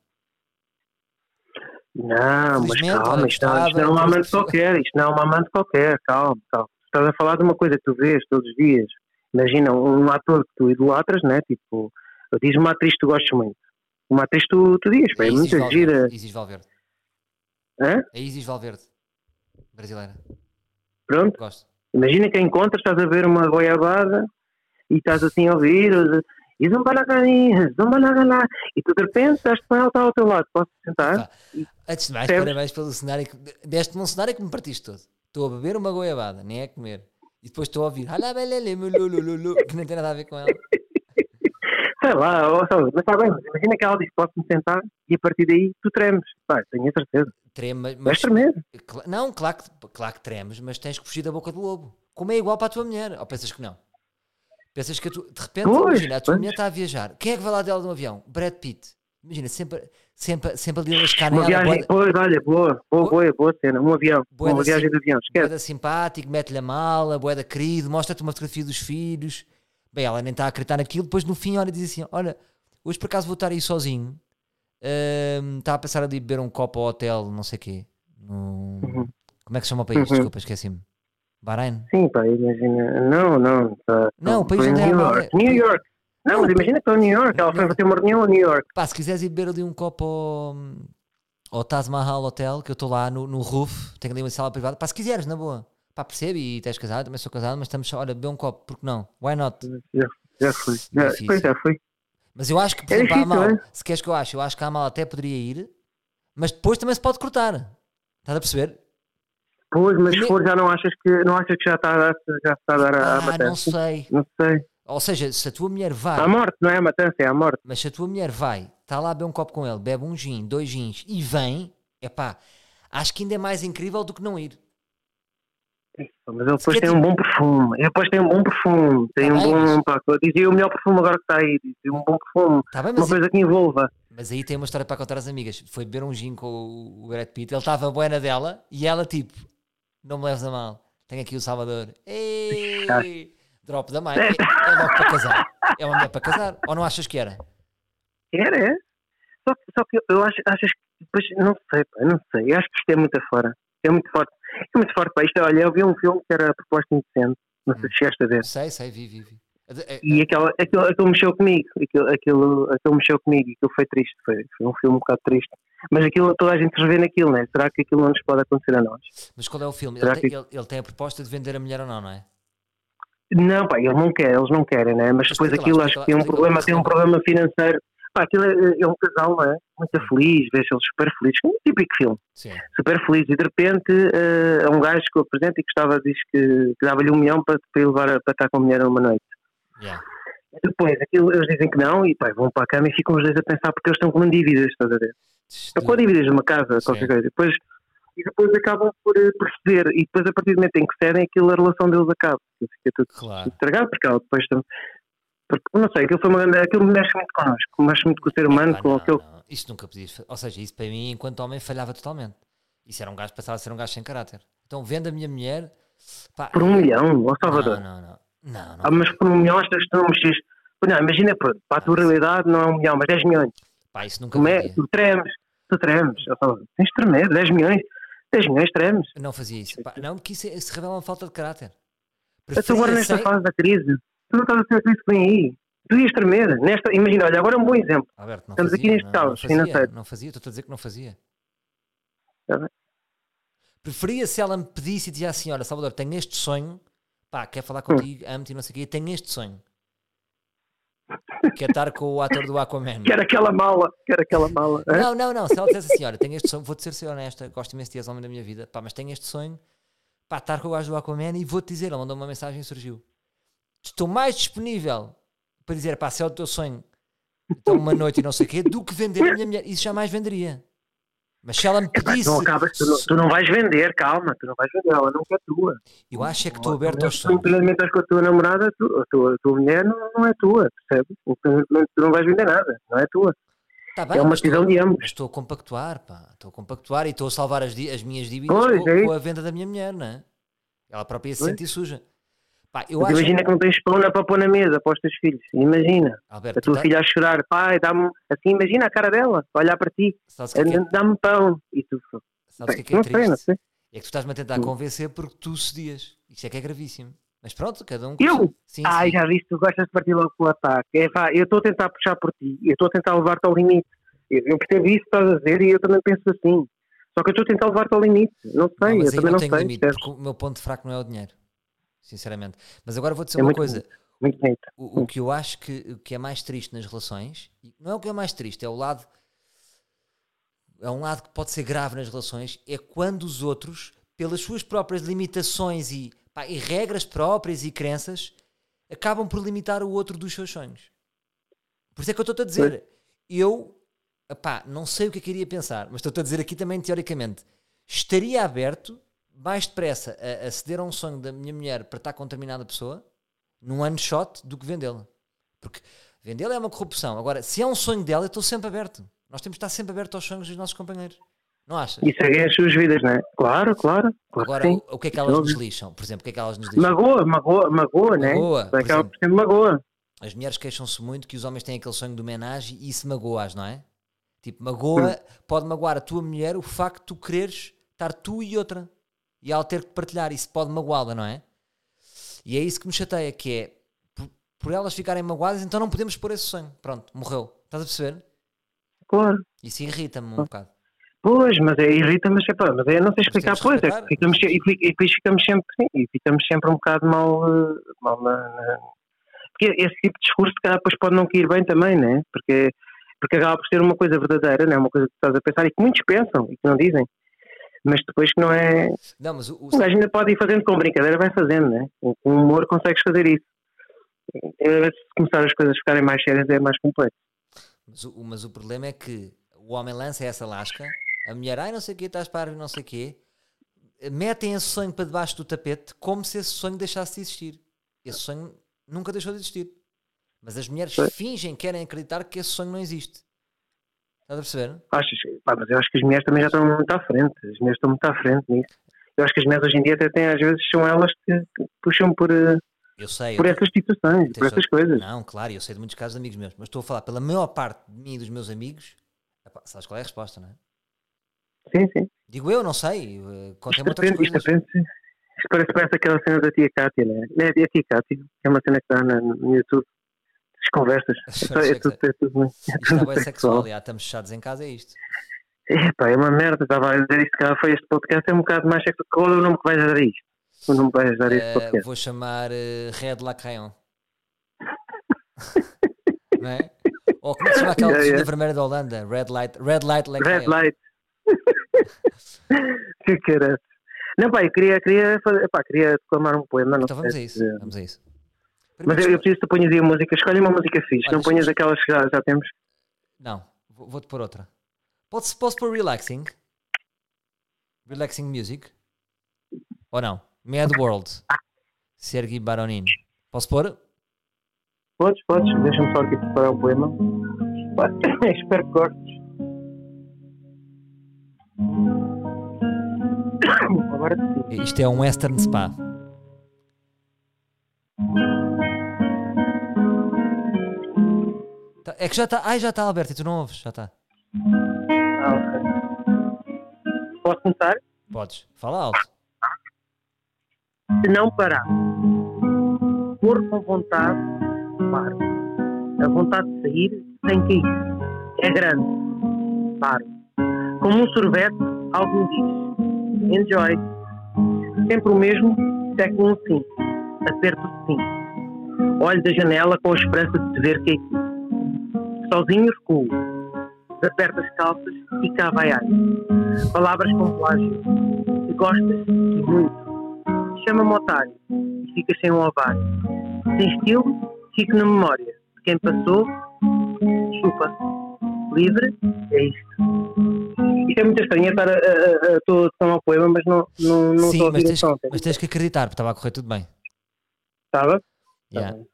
Não, mas
Felizmente,
calma,
olha,
isto não, isto não é
gostava,
uma amante
gostava.
qualquer, isto não é uma amante qualquer, calma, calma. Estás a falar de uma coisa que tu vês todos os dias. Imagina, um ator que tu idolatras, né? Tipo, diz uma atriz que tu gostas muito. Uma atriz que tu, tu dizes, pá, é
Isis
muito
Valverde,
gira.
Isis Valverde.
Hã?
A Isis Valverde. Brasileira.
Pronto.
Gosto.
Imagina que encontras, estás a ver uma goiabada e estás assim a ouvir e zombalagarinhas, zombalaganá. E tu de repente estás com ela está ao teu lado, posso sentar?
Tá. Antes de mais,
Percebes?
parabéns pelo cenário. que- Deste-me um cenário que me partiste todo. Estou a beber uma goiabada, nem é a comer. E depois estou a ouvir. "Alabalelelelulululu", Que não tem nada a ver com ela.
Sei lá, ou só, mas está bem, mas imagina que ela diz, posso-me sentar e a partir daí tu tremes. Pá, tenho a certeza,
Trema, mas
vais tremer.
Cla- Não, claro que, claro que tremes, mas tens que fugir da boca do lobo. Como é igual para a tua mulher. Ou pensas que não? Pensas que a tu, de repente,
Pois,
imagina, a tua
pois.
mulher está a viajar. Quem é que vai lá dela de um avião? Brad Pitt. Imagina, sempre, sempre, sempre ali a lascar
Uma
nela.
viagem,
boeda-
pois, olha, boa, boa, boa, boa cena, um avião,
Boa
uma
da
viagem de avião, esquece.
Boeda simpático, mete-lhe a mala, boeda querido, mostra-te uma fotografia dos filhos. Bem, ela nem está a acreditar naquilo. Depois, no fim, olha, diz assim: Olha, hoje por acaso vou estar aí sozinho. Ahm, Estava a pensar ali beber um copo ao hotel, não sei o quê. No-
Uhum.
Como é que se chama o país?
Uhum.
Desculpa, esqueci-me. Bahrein?
Sim, pá, imagina, não, não, tá,
Não, o país
foi
onde
New
era mal-
York, New York. Não,
Não,
mas
o
imagina que estou em New York, ela foi
Não.
fazer uma reunião em New York.
Pá, se quiseres ir beber ali um copo ao, ao Taj Mahal Hotel, que eu estou lá no, no roof, tenho ali uma sala privada. Pá, se quiseres, na boa. Pá, percebe? E estás casado, também sou casado, mas estamos só, olha, beber um copo, porque não? Why not?
Já, já fui, já,
Difícil.
pois já fui.
Mas eu acho que, por
É
exemplo, a
difícil,
Amal, se queres que eu ache, eu acho que a Amal até poderia ir, mas depois também se pode cortar. Estás a perceber?
Pois, mas
Ne-
se for, já não achas que, não achas que já está a dar, já está a, dar a, a
Ah,
matança?
não sei. Ah.
Não sei.
Ou seja, se a tua mulher vai,
A morte, não é a matança, é a morte.
mas se a tua mulher vai, está lá a beber um copo com ele, bebe um gin, dois gins e vem, é pá, acho que ainda é mais incrível do que não ir.
Mas ele depois
quer
tem um bom perfume. Ele depois tem um bom perfume. Tem
Tá
um
bem,
bom. Pá, eu dizia o melhor perfume agora que está aí. Dizia um bom perfume.
Está Tá bem,
Uma
mas,
coisa que envolva.
mas aí tem uma história para contar às amigas. Foi beber um gin com o, o Brad Pitt, ele estava bué na dela e ela tipo, não me leves a mal, tenho aqui o Salvador. Ei, drop da mãe, é, é logo para casar. É uma mulher para casar, ou não achas que era?
Era, é. Só, que- só que eu, eu acho, achas que. Pois, não sei, pá, não sei. Eu acho que isto é muito afora. É muito forte. É muito forte, pá. Isto, olha, eu vi um filme que era a proposta indecente. Não sei se chegaste a ver.
Sei, sei, vi, vi, vi. É- é-
E aquela, aquilo, aquilo mexeu comigo, aquilo, aquilo, aquilo mexeu comigo, e aquilo foi triste, foi, foi um filme um bocado triste. Mas aquilo, toda a gente se revê naquilo, né? Será que aquilo não nos pode acontecer a nós?
Mas qual é o filme? Ele
Será
tem,
que-
ele- ele tem a proposta de vender a mulher ou não, não é?
Não, pá, eles não querem, eles não querem, né? Mas depois
Explica lá,
aquilo
explica
acho
lá,
que tem
explica
um
lá,
problema, tem um
explica
problema financeiro. Pá, aquilo é, é um casal, não é? Muito feliz, vejo eles super felizes, um típico filme,
Sim.
super feliz, e de repente eh, é um gajo que eu apresento e gostava, diz que, que dava-lhe um milhão para, para ir levar a- para estar com a mulher uma noite.
Yeah.
Depois, aquilo, eles dizem que não, e pá, vão para a cama e ficam os dois a pensar porque eles estão com dívidas, estás a ver? Então, quando divides uma casa,
Sim.
qualquer coisa, depois, e depois acabam por, eh, por ceder, e depois a partir do momento em que cedem, aquilo, a relação deles acaba. Aquilo Fica tudo
Claro.
estragado, porque ela depois também. Porque, não sei, aquilo, foi uma, grande- aquilo mexe muito connosco, mexe muito com o ser humano,
Epá,
com
Ah, não,
aquilo.
não. Isso nunca podias fa- Ou seja, isso para mim, enquanto homem, falhava totalmente. Isso era um gajo, passava a ser um gajo sem caráter. Então, vendo a minha mulher. Pá,
Por um milhão, ó Salvador.
Não, não, não. Não, não.
Ah, mas por um milhão, achas que tu não mexes, Não, imagina, pronto, para a tua realidade não é um milhão, mas 10 milhões.
Pá, isso nunca
Como é?
fazia.
Tu tremes, tu tremes. Ou seja, tens de tremer, 10 milhões, 10 milhões tremes.
Não fazia isso. Pá, não, porque isso, é- isso revela uma falta de caráter.
Eu estou agora
Preferia
nesta
cem-
fase da crise. Tu não estás a ser isso que vem aí. Tu ias tremer. Nesta, imagina, olha, agora um bom exemplo.
Alberto, não
Estamos
fazia,
aqui neste
não,
caos
não fazia,
financeiro.
não fazia, estou a dizer que não fazia.
Está bem.
Preferia se ela me pedisse e dizia assim, olha Salvador, tenho este sonho, pá, quer falar contigo,
Hum.
amo-te e não sei o quê, tenho este sonho. Quer estar com o ator do Aquaman.
Quero aquela mala, quero aquela mala. hã?
Não, não, não. Se ela dissesse assim, olha, tenho este sonho, vou-te ser, ser honesta, gosto imenso de ti, és homem da minha vida, pá, mas tenho este sonho, pá, estar com o gajo do Aquaman e vou-te dizer, ela mandou uma mensagem e surgiu. Estou mais disponível para dizer, pá, se é o teu sonho, então uma noite e não sei o quê, do que vender a minha mulher. Isso jamais venderia. Mas se ela me
Epá, É tu,
pedisse,
não acabas, tu, não, tu não vais vender, calma, tu não vais vender, ela não é tua.
eu acho é que estou
Não,
aberto aos
tu,
sonhos.
independentemente estás com a tua namorada, tu, a, tua, a tua mulher não, não é tua, percebes? Independentemente, tu não vais vender nada, não é tua.
Tá bem,
É uma
mas estou-
decisão de ambos.
mas estou a compactuar, pá. Estou a compactuar e estou a salvar as, di- as minhas dívidas
Pois,
com,
é
com a venda da minha mulher, não é? Ela própria se
Pois.
sentir suja. Pá, eu
Mas
acho...
Imagina que não tens pão na- para pôr na mesa para os teus filhos. Imagina.
Alberto,
A
tu
tua
tá-
filha a chorar, pai, dá-me. Assim, imagina a cara dela, a olhar para ti,
Sabes o que é que é-
dá-me pão. E tu,
sabes o que é, que é
não sei, não
triste?
sei.
É que tu estás-me a tentar
Hum.
convencer porque tu cedias. Isto é que é gravíssimo. Mas pronto, cada um.
Eu?
Sim,
Ai,
sim.
já viste, tu gostas de partir logo pelo ataque. É, pá, eu estou a tentar puxar por ti, eu estou a tentar levar-te ao limite. Eu, eu percebo isso que estás a dizer e eu também penso assim. Só que eu estou a tentar levar-te ao limite. Não sei,
mas
eu
aí
também não,
tenho
sei.
limite,
percebes?
porque o meu ponto fraco não é o dinheiro. Sinceramente. Mas agora vou dizer
É
uma
muito Hum.
coisa.
Muito bonito.
O, o que eu acho que, o que é mais triste nas relações, e não é o que é mais triste, é o lado. É um lado que pode ser grave nas relações, é quando os outros, pelas suas próprias limitações e, pá, e regras próprias e crenças, acabam por limitar o outro dos seus sonhos. Por isso é que eu estou-te a dizer, eu epá, não sei o que é que iria pensar, mas estou-te a dizer aqui também teoricamente, estaria aberto mais depressa a, a ceder a um sonho da minha mulher para estar com determinada pessoa num one shot do que vendê-la. Porque vendê-la é uma corrupção. Agora, se é um sonho dela, eu estou sempre aberto. Nós temos de estar sempre abertos aos sonhos dos nossos companheiros. Não achas?
E seguem as suas vidas, não é? Claro, claro. claro
Agora,
que sim.
o, o que é que elas nos
Óbvio.
lixam? Por exemplo, o que é que elas nos lixam?
Magoa, magoa, magoa, né?
Magoa, por
Acaba
exemplo.
por ser magoa.
As mulheres queixam-se muito que os homens têm aquele sonho de homenagem e isso magoa-as, não é? Tipo, magoa, pode magoar a tua mulher o facto de tu quereres estar tu e outra. E ela ter que partilhar, isso pode magoá-la, não é? E é isso que me chateia, que é por, por elas ficarem magoadas, então não podemos pôr esse sonho. Pronto, morreu. Estás a perceber?
Claro.
Isso irrita-me um bocado.
Pois, mas é irrita, mas é pá, mas é, não sei explicar,
temos que
pois, é
respeitar.
que ficamos, se- e, fi- e depois ficamos sempre, sim, e ficamos sempre um bocado mal, eh, mal na, na- porque esse tipo de discurso, se calhar, depois pode não cair bem também, né? Porque, porque acaba por ser uma coisa verdadeira, né? Uma coisa que estás a pensar e que muitos pensam e que não dizem, mas depois que não é,
Não, mas o, o-
o gajo ainda pode ir fazendo com brincadeira, vai fazendo, né? Com com humor consegues fazer isso. Eh, Se começar as coisas a ficarem mais sérias, é mais complexo.
Mas o, mas o problema é que o homem lança essa lasca, a mulher, ai não sei o quê, estás para não sei o quê, metem esse sonho para debaixo do tapete como se esse sonho deixasse de existir. Esse sonho nunca deixou de existir. Mas as mulheres
Pois.
fingem, querem acreditar que esse sonho não existe. Estás a perceber?
Achas? Pá, mas eu acho que as mulheres também já estão muito à frente. As mulheres estão muito à frente nisso. Eu acho que as mulheres hoje em dia até têm, às vezes, são elas que que puxam por, eh,
Eu sei.
por
eu-
essas situações,
Atenção.
por essas coisas.
Não, claro, eu sei de muitos casos de amigos meus, mas estou a falar pela maior parte de mim e dos meus amigos. Epá, sabes qual é a resposta, não é?
Sim, sim.
Digo eu, não sei. eh,
Isto
Contem-me outras
aprende, isto
coisas.
aprende. Isto parece, parece aquela cena da tia Cátia, né? Não é? A tia Cátia, que é uma cena que dá na- no YouTube. As conversas. É, só- é tudo, é tudo, é
Isto
tudo
é bem sexual, já estamos fechados em casa, é isto.
Epá, é uma merda, estava a dizer isso cá, foi este podcast, é um bocado mais sexual. Qual é o nome que vais dar a isto? O nome que vais dar a este
Eh,
podcast?
vou chamar eh, Red Lacrayon. não é? Ou como é que se chama aquela yeah,
Yeah, yeah.
vermelha da Holanda? Red Light, Red Light Lacrayon.
Red Light. que caralho. Não, pá, eu queria, queria, fazer, pá, queria declamar um poema. Não
Então vamos a
sei
isso,
se-
vamos a isso.
Mas eu, eu preciso que tu ponhas aí a música. Escolhe uma música fixe.
Olha,
não ponhas
escolhe-
aquelas que já, já temos.
Não, vou- vou-te pôr outra. Posso, posso pôr Relaxing? Relaxing Music? Ou não? Mad World. Sergi Baronin. Posso pôr?
Podes, podes. Deixa-me só aqui preparar o poema. Pá, espero que gostes. Agora sim.
Isto é um Western Spa. É que já está. Ai, já está, Alberto, e tu não ouves? Já tá. está.
Ah, ok. Posso começar?
Podes. Fala alto.
Se não parar, for com vontade, paro. A vontade de sair tem que ir. É grande, paro. Como um sorvete, algo me diz. Enjoy. Sempre o mesmo, século um sim. Acerto de sim. Olho da janela com a esperança de te ver que é aqui. Sozinho recuo. Aperto as calças e cá vai ai. Palavras com plágio. Se gostas, e muito. Chama-me otário e ficas sem um ovário. Sem estilo, fico na memória. De quem passou, chupa. Livre, é isto. Isto é muito estranho, é estar a, a, a, a todo som ao poema, mas não, não, não estou a
Sim, mas
ouvir então, o
tens,
som.
mas tens que acreditar, porque estava a correr tudo bem.
Estava?
Yeah.
bem.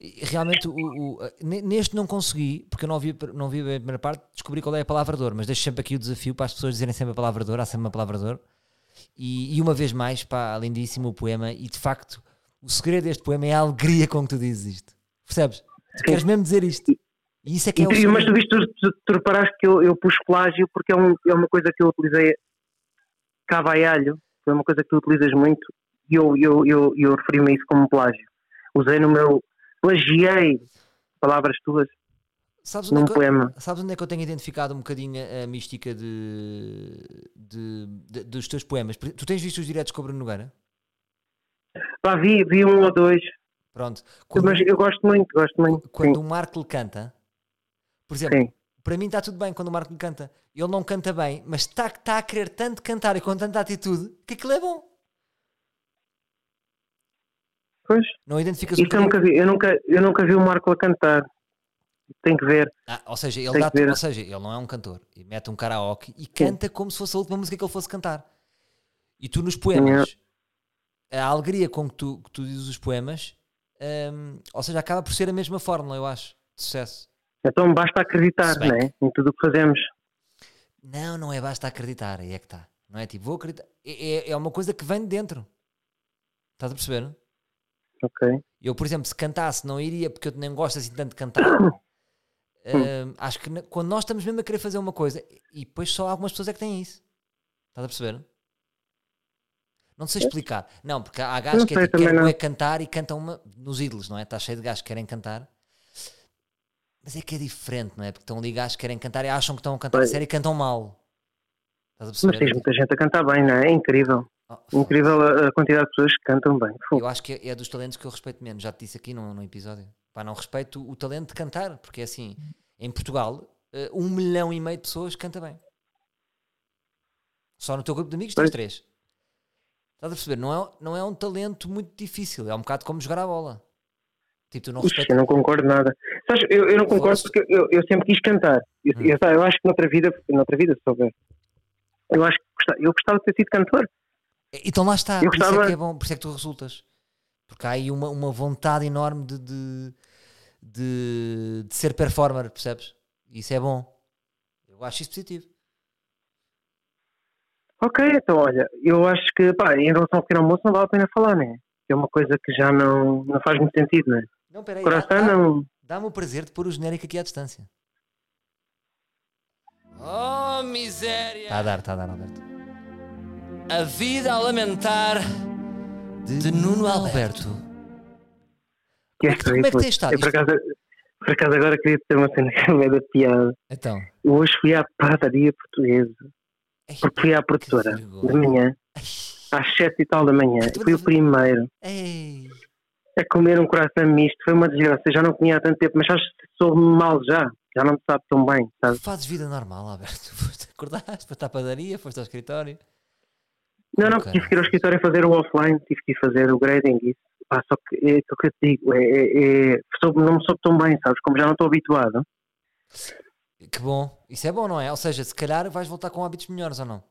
E Realmente, o, o- a- ne- neste não consegui, porque eu não vi, a pr- não vi a primeira parte, descobri qual é a palavra dor, mas deixo sempre aqui o desafio para as pessoas dizerem sempre a palavra dor, há sempre uma palavra dor. E, e uma vez mais, pá, lindíssimo o poema, e de facto, o segredo deste poema é a alegria com que tu dizes isto. Percebes? Tu queres mesmo dizer isto. E isso é que é o
E tu- mas
segredo.
tu viste, tu, tu, tu reparaste que eu, eu pus plágio porque é, um- é uma coisa que eu utilizei cavalhalho, foi uma coisa que tu utilizas muito e eu, eu, eu, eu referi-me a isso como plágio. Usei no meu. plagiei palavras tuas
Sabes onde,
num
é que eu,
poema.
sabes onde é que eu tenho identificado um bocadinho a, a mística de, de- de- dos teus poemas? Por- Tu tens visto os diretos com o Bruno Nogueira?
Pá, vi, vi um ou dois,
Pronto. Quando-
mas eu gosto muito, gosto muito.
quando um é- o Marco lhe canta, por
sim,
exemplo,
sim.
para mim está tudo bem quando o Marco lhe canta. Ele não canta bem, mas está, está a querer tanto cantar e com tanta atitude que aquilo é bom.
Pois,
Não identificas um
isso eu
bocadinho-
nunca vi, eu nunca, eu nunca vi o Marco a cantar. Tem que ver.
Ah, ou seja, ele
Tem
dá
que ver.
ou seja, ele não é um cantor e mete um karaoke e canta como se fosse a última música que ele fosse cantar. E tu nos poemas, a alegria com que tu, que tu dizes os poemas, hum, ou seja, acaba por ser a mesma fórmula, eu acho, de sucesso.
Então basta acreditar,
Se bem
não é? Em tudo o que fazemos.
Não, não é basta acreditar, aí é que está. Não é tipo, vou acreditar. É, é- é uma coisa que vem de dentro. Estás a perceber?
Ok.
Eu, por exemplo, se cantasse, não iria, porque eu nem gosto assim tanto de cantar.
Hum.
Ahm, acho que na- quando nós estamos mesmo a querer fazer uma coisa, e depois só algumas pessoas é que têm isso. Estás a perceber? Não sei explicar. Não, porque há gajos
Não
que
sei,
é tipo,
também
querem
não.
bué cantar e cantam uma nos ídolos, não é? Está cheio de gajos que querem cantar. Mas é que é diferente, não é? Porque estão ali gajos que querem cantar e acham que estão a cantar a
Pois.
sério e cantam mal. Estás a
Mas tens
perceber?
muita gente a cantar bem, não é? É incrível.
Oh,
Incrível a, a quantidade de pessoas que cantam bem. Fogo.
Eu acho que é, é dos talentos que eu respeito menos. Já te disse aqui num, num episódio. Pá, não respeito o talento de cantar, porque é assim, em Portugal, eh, um milhão e meio de pessoas canta bem. Só no teu grupo de amigos tens
Pois.
três. Estás a perceber? Não é, não é um talento muito difícil. É um bocado como jogar a bola. Tipo, tu não
Ixi, eu
respeitas.
não concordo nada. Sabes, eu, eu não concordo
Foda-se.
porque eu, eu sempre quis cantar. Eu,
Hum.
eu, tá, eu acho que noutra vida, noutra vida, se souber, eu acho que gostava, eu gostava de ter sido cantor.
Então lá está.
Eu
Por isso é
gostava-
que é bom, por isso é que tu resultas. Porque há aí uma, uma vontade enorme de, de, de, de ser performer, percebes? Isso é bom. Eu acho isso positivo.
Ok, então olha, eu acho que pá, em relação ao pequeno almoço não vale a pena falar, né? É uma coisa que já não, não faz muito sentido, né?
Não, peraí. dá-
Coração
dá-
não.
Dá-me o prazer de pôr o genérico aqui à distância. Oh, miséria! Está a dar, está a dar, Alberto. A vida ao lamentar de, Nuno Alberto.
Que é
Como é que- como é que tens estado?
Eu por acaso, por acaso agora queria ter uma cena que é da piada.
Então,
Eu hoje fui à padaria portuguesa,
ei,
porque fui à produtora de
vergonha.
manhã, às sete e tal da manhã,
Mas tu
fui o
não-
primeiro.
ei,
a comer um coração misto foi uma desgraça. Eu já não comia há tanto tempo, mas sabes que soube-me mal já. Já não me sabe tão bem,
tu
sabe?
fazes vida normal, Alberto. Foste acordaste, foste à padaria, foste ao escritório.
Não, não,
Ok.
tive que ir ao escritório fazer o offline, tive que ir fazer o grading e isso. Pá, só que é aquilo que eu te digo, é, é- é- soube- não me soube tão bem, sabes? Como já não estou habituado.
Que bom, isso é bom, não é? Ou seja, se calhar vais voltar com hábitos melhores ou não?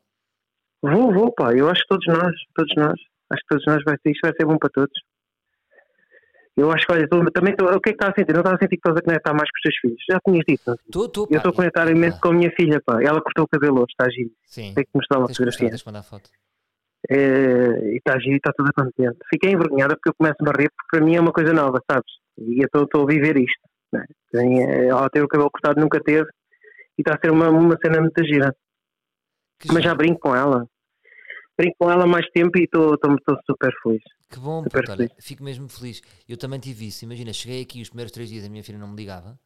Vou, vou, pá, eu acho que todos nós, todos nós, acho que todos nós vai ser, isto vai ser bom para todos. Eu acho que, olha, tu- também, tu- o que é que estás a sentir? Não estás a sentir que estás a conectar mais com os teus filhos? Já tinhas dito, não?
Estou, estou.
Eu estou a conectar imenso com a minha filha, pá. Ela cortou o cabelo hoje, está a giro.
Sim,
Tenho que mostrar uma
tens que mostrar,
fotografia.
tens que mandar foto.
Eh, e está giro e está toda é contente. Fiquei envergonhada porque eu começo a rir, porque para mim é uma coisa nova, sabes? E eu estou- estou a viver isto. Não é? Tem, eh, Ela teve o cabelo cortado, nunca teve, e está a ser uma, uma cena muito gira.
Que,
Mas já brinco com ela. Brinco com ela há mais tempo e estou super feliz.
que bom,
super
puto, olha, fico mesmo feliz. Eu também tive isso. Imagina, cheguei aqui os primeiros três dias a minha filha não me ligava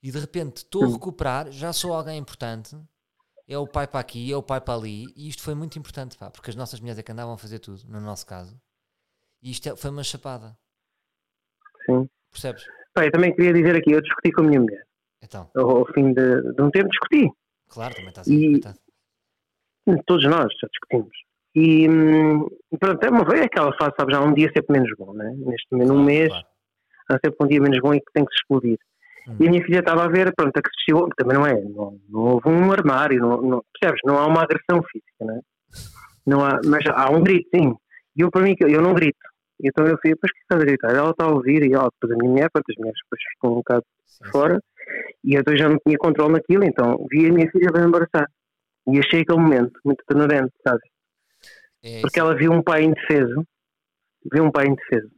e de repente estou a
Hum.
recuperar, já sou alguém importante. É o pai para aqui, é o pai para ali, e isto foi muito importante, pá, porque as nossas mulheres é que andavam a fazer tudo, no nosso caso, e isto é- foi uma chapada,
Sim.
percebes?
Pá, eu também queria dizer aqui, eu discuti com a minha mulher.
Então,
Ao ao fim de, de um tempo discuti.
claro, também está a
E-
ser
Todos nós já discutimos. E hum, pronto, é uma vez é aquela fase, sabe, já um dia sempre menos bom, né? Neste num mês há sempre um dia menos bom e que tem que se explodir.
Hum.
E a minha filha estava a ver, pronto, a que se chegou, que também não é, não, não houve um armário, não, não- percebes? Não há uma agressão física, né? não há, mas há um grito, sim. E eu, para mim, eu não grito. Então eu fui, depois que estás a gritar? Ela está a ouvir e ela, depois a minha mulher, pronto, as mulheres depois ficam um bocado fora e eu já não tinha controle naquilo, então vi a minha filha bem embaraçar. E achei aquele momento muito atordoante, sabe?
É
Porque ela viu um pai indefeso, viu um pai indefeso.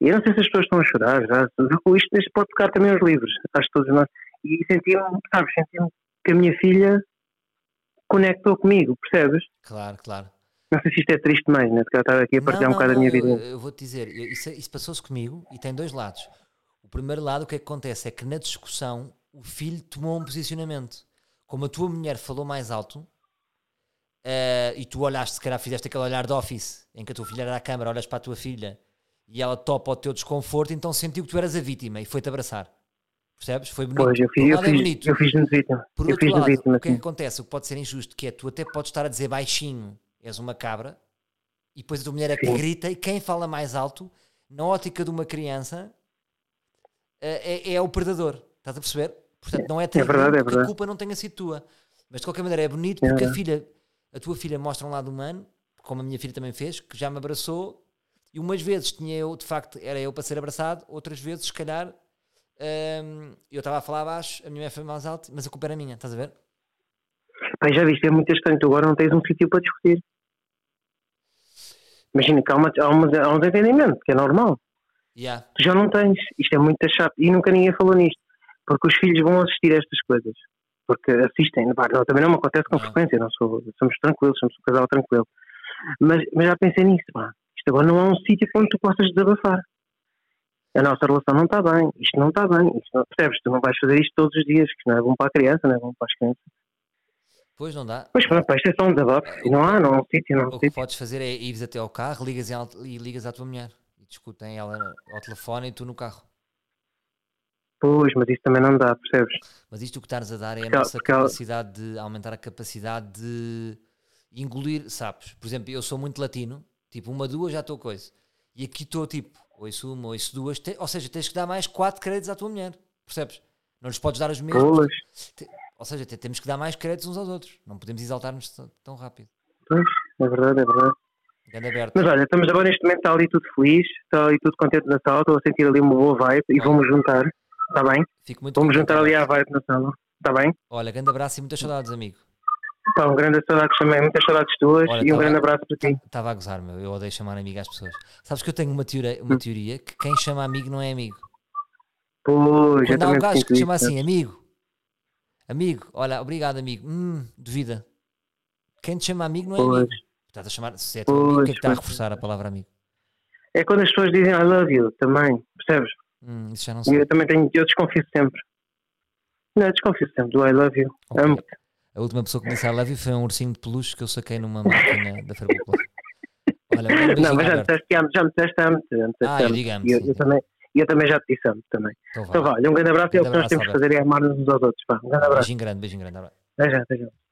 E eu não sei se as pessoas estão a chorar, já, com isto, isto pode tocar também os livros, acho que todos nós. E senti-me, sabes, senti-me que a minha filha conectou comigo, percebes?
Claro, claro.
Não sei se isto é triste mãe, né? Porque ela estava aqui a
Não,
partilhar um
não,
bocado da minha
não,
vida.
Eu, eu vou te dizer, eu- isso, é, isso passou-se comigo e tem dois lados. O primeiro lado, o que é que acontece? É que na discussão o filho tomou um posicionamento. Como a tua mulher falou mais alto eh, e tu olhaste, se calhar fizeste aquele olhar de office em que a tua filha era à câmara, olhas para a tua filha e ela topa o teu desconforto, então sentiu que tu eras a vítima e foi-te abraçar. Percebes? Foi bonito.
Pois, eu
Por um
fiz, eu
lado é
fiz,
bonito.
eu fiz nos vítimas.
Por
Eu
outro
fiz assim. nos
lado,
vítimas,
o que é que
sim.
acontece? O que pode ser injusto, que é tu até podes estar a dizer baixinho, és uma cabra, e depois a tua mulher é que
Sim.
grita, e quem fala mais alto, na ótica de uma criança, é, é- é o predador. Estás a perceber? Portanto, não é, tão
verdade, é
que a
verdade.
culpa não tenha sido tua. Mas de qualquer maneira é bonito porque a filha, a tua filha mostra um lado humano, como a minha filha também fez, que já me abraçou, e umas vezes tinha eu, de facto, era eu para ser abraçado, outras vezes, se calhar, hum, eu estava a falar baixo, a minha mulher foi mais alto, mas a culpa era minha, estás a ver?
Pai, já viste, é muito estranho, tu agora não tens um sítio para discutir. Imagina que há, uma, há, umas- há uns entendimentos, que é normal.
Yeah.
Tu já não tens. Isto é muito chato. E nunca ninguém falou nisto. Porque os filhos vão assistir a estas coisas. Porque assistem. Pá, não, também não me acontece com
Não.
frequência. Não sou, somos tranquilos, somos um casal tranquilo. Mas, mas já pensei nisso. Pá. Isto agora não há um sítio onde tu possas desabafar. A nossa relação não está bem. Isto não está bem. Isto não, percebes? Tu não vais fazer isto todos os dias. Que isto não é bom para a criança, não é bom para as crianças.
Pois não dá.
Mas pronto, pá, isto é só um desabafo. E não há, não há um sítio, não há um
O
sítio.
que podes fazer é ires até ao carro ligas em alto- e ligas à tua mulher. E discutem ela ao telefone e tu no carro.
Pois, mas isso também não dá, percebes?
Mas isto o que estás a dar é a
Porque ela-
nossa
porque ela-
capacidade de aumentar a capacidade de engolir sapos. Por exemplo, eu sou muito latino, tipo uma, duas já estou coisa. E aqui estou tipo, ou isso uma, ou isso duas, te- ou seja, tens que dar mais quatro créditos à tua mulher, percebes? Não lhes podes dar os mesmos.
Bolas.
Te- Ou seja, te- temos que dar mais créditos uns aos outros. Não podemos exaltar-nos t- tão rápido.
Pois, é verdade, é verdade.
Grande aberto.
Mas olha, estamos agora neste momento, está ali tudo feliz, está ali tudo contente de Natal, estou a sentir ali uma boa vibe e vamos juntar, está bem?
Fico muito
Vamos
contente.
juntar ali à vibe na sala, está bem?
Olha, grande abraço e muitas saudades, amigo.
Pá, um grande saudades também, muitas saudades tuas
Olha,
e um
tá
grande
bem.
abraço para ti.
Estava a gozar, meu. Eu odeio chamar amigo às pessoas. Sabes que eu tenho uma teoria,
Hum.
uma teoria que quem chama amigo não é amigo.
Pois, eu
Quando há um
também
gajo
sinto
que te
isso. né?
chama assim, amigo, amigo, olha, obrigado, amigo, hum, duvida. Quem te chama amigo não é
Pois.
amigo. Estás a chamar, se é teu amigo, o que é que
Pois,
está a
pois.
reforçar a palavra amigo?
É quando as pessoas dizem I love you também, percebes?
Hum, isso já não
E
sei.
eu também tenho, eu desconfio sempre. Não, eu desconfio sempre do I love you.
Ok.
Amo-te.
A última pessoa que me disse I love you foi um ursinho de peluche que eu saquei numa máquina da Feira Popular. Olha, um
Não, mas
beijinho,
já me
Alberto.
disseste que amo, já me disseste amo-te, já me
Ah,
disseste
eu
amo-te.
digo amo,
E eu-
sim,
eu
sim.
também- E eu também já te disse amo também.
Então
Então
vá.
vá, olha, um grande abraço e é
Grande
o que nós
abraço,
temos que fazer é amar-nos uns aos outros. Vá, um grande abraço.
Beijinho grande, beijinho grande. abraço.
Até já, até já.